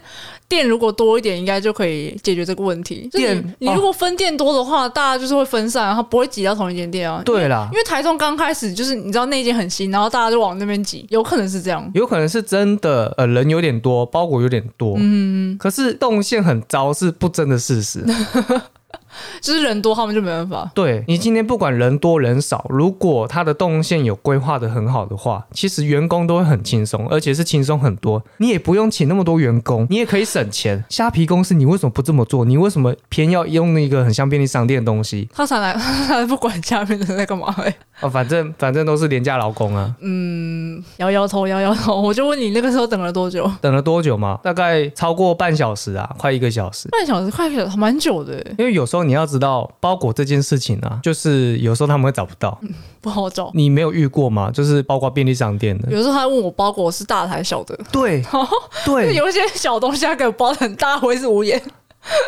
Speaker 2: 店如果多一点，应该就可以解决这个问题。就是你
Speaker 1: 店
Speaker 2: 你如果分店多的话，大家就是会分散，然后不会挤到同一间店啊。
Speaker 1: 对啦
Speaker 2: 因，为台中刚开始就是你知道那间很新，然后大家就往那边挤，有可能是这样。
Speaker 1: 有可能是真的，呃，人有点多，包裹有点多，嗯，可是动线很糟是不争的事实。
Speaker 2: 就是人多，他们就没办法。
Speaker 1: 对你今天不管人多人少，如果他的动线有规划的很好的话，其实员工都会很轻松，而且是轻松很多。你也不用请那么多员工，你也可以省钱。虾皮公司你为什么不这么做？你为什么偏要用一个很像便利商店的东西？
Speaker 2: 他才来， 他才不管下面的人 在干嘛、欸。
Speaker 1: 哦，反正反正都是廉价劳工啊。
Speaker 2: 摇摇头，摇摇头。我就问你，那个时候等了多久？
Speaker 1: 等了多久嘛？大概超过半小时啊，快一个小时。
Speaker 2: 半小时，快一个小时，蛮久的、欸，
Speaker 1: 因为有时候你要知道包裹这件事情啊，就是有时候他们会找不到，
Speaker 2: 不好找。
Speaker 1: 你没有遇过吗？就是包括便利商店的，
Speaker 2: 有时候他问我包裹是大的还是小的，
Speaker 1: 对对，
Speaker 2: 有一些小东西他给我包的很大，我也是 无言。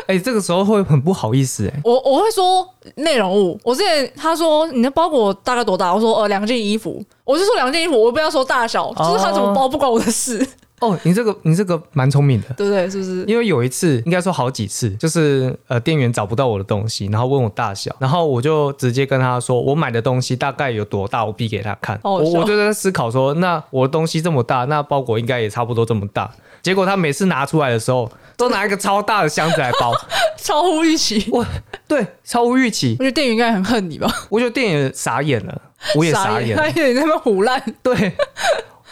Speaker 1: 哎、这个时候会很不好意思哎、
Speaker 2: 我我会说内容物。我之前他说你的包裹大概多大？我说呃两件衣服。我就说两件衣服，我不要说大小，就是他怎么包不关我的 事，
Speaker 1: 哦，你这个你这个蛮聪明的，
Speaker 2: 对不对？是不是？
Speaker 1: 因为有一次应该说好几次，就是呃店员找不到我的东西，然后问我大小，然后我就直接跟他说我买的东西大概有多大，我比给他看。
Speaker 2: 好
Speaker 1: 我
Speaker 2: 好笑
Speaker 1: 我就在思考说，那我的东西这么大，那包裹应该也差不多这么大。结果他每次拿出来的时候，都拿一个超大的箱子来包，
Speaker 2: 超乎预期。
Speaker 1: 我对超乎预期
Speaker 2: 我，觉得店员应该很恨你吧？
Speaker 1: 我觉得店员傻眼了，我也傻眼了
Speaker 2: 他。以为你在那边胡乱，
Speaker 1: 对，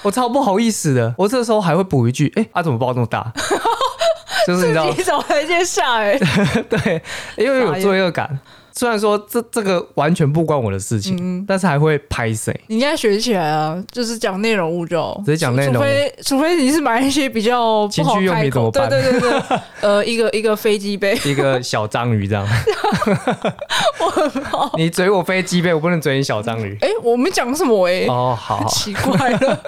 Speaker 1: 我超不好意思的。我这时候还会补一句：“哎、啊，怎么包这么大？” 就是你
Speaker 2: 自
Speaker 1: 知 道，
Speaker 2: 己找台阶下哎、欸
Speaker 1: 对，因为有罪恶感。虽然说这这个完全不关我的事情，
Speaker 2: 嗯
Speaker 1: 但是还会拍谁？
Speaker 2: 你应该学起来啊，就是讲内容物就好
Speaker 1: 直接讲内容物
Speaker 2: 除非除非你是买一些比较不好
Speaker 1: 情趣用
Speaker 2: 开
Speaker 1: 品怎
Speaker 2: 口，
Speaker 1: 么
Speaker 2: 对
Speaker 1: 办
Speaker 2: 对对对，呃，一个一个飞机杯，
Speaker 1: 一个小章鱼这 样，
Speaker 2: 我很好。
Speaker 1: 你嘴我飞机杯，我不能嘴你小章 鱼。
Speaker 2: 哎、我没讲什么哎、
Speaker 1: 哦，好好，
Speaker 2: 奇怪 了，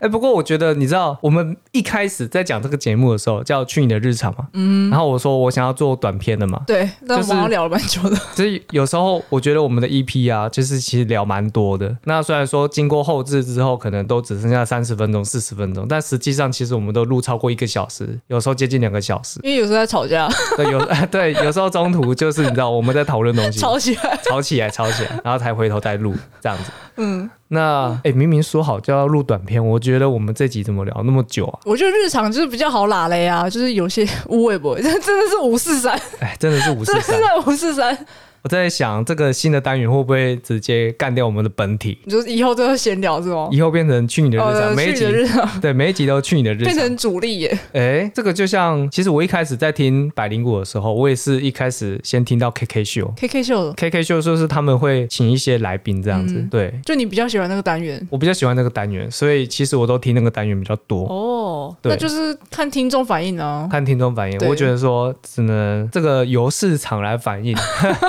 Speaker 1: 哎、不过我觉得你知道，我们一开始在讲这个节目的时候，叫去你的日常嘛，嗯，然后我说我想要做短片的嘛，
Speaker 2: 对，但
Speaker 1: 就是
Speaker 2: 我们聊了蛮久的，。
Speaker 1: 就是有时候我觉得我们的 EP 啊，就是其实聊蛮多的。那虽然说经过后置之后，可能都只剩下三十分钟、四十分钟，但实际上其实我们都录超过一个小时，有时候接近两个小时
Speaker 2: 因为有时候在吵架，
Speaker 1: 对，有 对，有时候中途就是你知道我们在讨论东西，
Speaker 2: 吵起来，
Speaker 1: 吵起来，吵起来，然后才回头再录这样子。嗯，那哎、诶明明说好就要录短片，我觉得我们这集怎么聊那么久啊？
Speaker 2: 我觉得日常就是比较好拉嘞啊，就是有些无微博，这 真的是五四三，
Speaker 1: 哎，真的是五四
Speaker 2: 真的
Speaker 1: 三
Speaker 2: 是。五四三，
Speaker 1: 我在想这个新的单元会不会直接干掉我们的本体，
Speaker 2: 你就是以后都要闲聊是吗？
Speaker 1: 以后变成去你的日常，
Speaker 2: 哦，
Speaker 1: 每一
Speaker 2: 去你的
Speaker 1: 集
Speaker 2: 日 常
Speaker 1: 对，每一集都去你的日
Speaker 2: 变
Speaker 1: 常。
Speaker 2: 成主力耶，
Speaker 1: 哎，这个就像，其实我一开始在听百灵果的时候，我也是一开始先听到 KK 秀
Speaker 2: K K 秀，
Speaker 1: ，KK 秀就是他们会请一些来宾这样子。
Speaker 2: 嗯
Speaker 1: 对
Speaker 2: 就你比较喜欢那个单元
Speaker 1: 我比较喜欢那个单元，所以其实我都听那个单元比较多。
Speaker 2: 哦，
Speaker 1: 对
Speaker 2: 那就是看听众反应啊。
Speaker 1: 看听众反应，
Speaker 2: 对
Speaker 1: 我觉得说只能这个由市场来反应，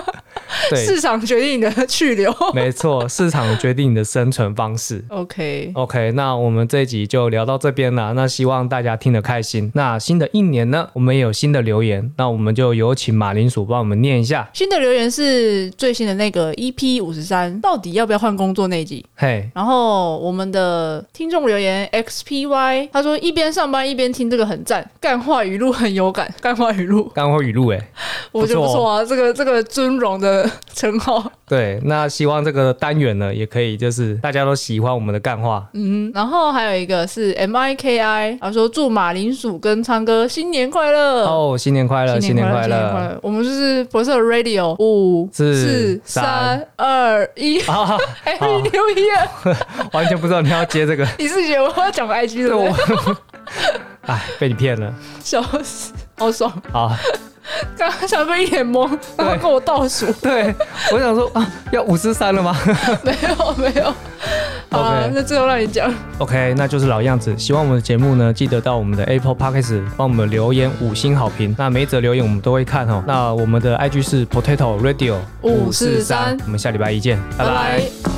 Speaker 1: 对，
Speaker 2: 市场决定你的去留。
Speaker 1: 没错，市场决定你的生存方式。
Speaker 2: OK，
Speaker 1: OK，那我们这一集就聊到这边了。那希望大家听得开心。那新的一年呢，我们也有新的留言，那我们就有请马铃薯帮我们念一下。
Speaker 2: 新的留言是最新的那个 EP 五十三，到底要不要换工作那一集？
Speaker 1: 嘿，
Speaker 2: 然后我们的听众留言 XPY，他说一边上班一边听这个很赞，干话语录很有感，干话语录
Speaker 1: 干货语录哎，
Speaker 2: 我觉得
Speaker 1: 不
Speaker 2: 不
Speaker 1: 错
Speaker 2: 错啊，这个这个尊荣的称号。
Speaker 1: 对，那希望这个单元呢，也可以就是大家都喜欢我们的干话。
Speaker 2: 嗯，然后还有一个是 MIKI，他说祝马铃薯跟昌哥新年快乐。
Speaker 1: 哦，新年快乐，新年快
Speaker 2: 新年快
Speaker 1: 乐！
Speaker 2: 乐！我们就是博社 Radio 五
Speaker 1: 四
Speaker 2: 四三
Speaker 1: 三二
Speaker 2: 二一哎
Speaker 1: 啊，
Speaker 2: ，Happy New Year！
Speaker 1: 完全不知道你要接这个，
Speaker 2: 你是觉得我要讲 IG
Speaker 1: 对
Speaker 2: 的
Speaker 1: 我
Speaker 2: 吗？，
Speaker 1: 哎，被你骗了。
Speaker 2: 笑死，好爽！
Speaker 1: 好，
Speaker 2: 刚刚想被一脸懵，然后
Speaker 1: 对
Speaker 2: 跟我倒数，
Speaker 1: 对我想说啊，要五十三了吗？
Speaker 2: 没有没有。好啊
Speaker 1: OK
Speaker 2: 那最后让你讲，
Speaker 1: OK，那就是老样子。希望我们的节目呢，记得到我们的 Apple Podcast 帮我们留言五星好评。那每一则留言我们都会看哦。那我们的 IG 是 Potato Radio
Speaker 2: 543
Speaker 1: 我们下礼拜一见，拜拜
Speaker 2: 拜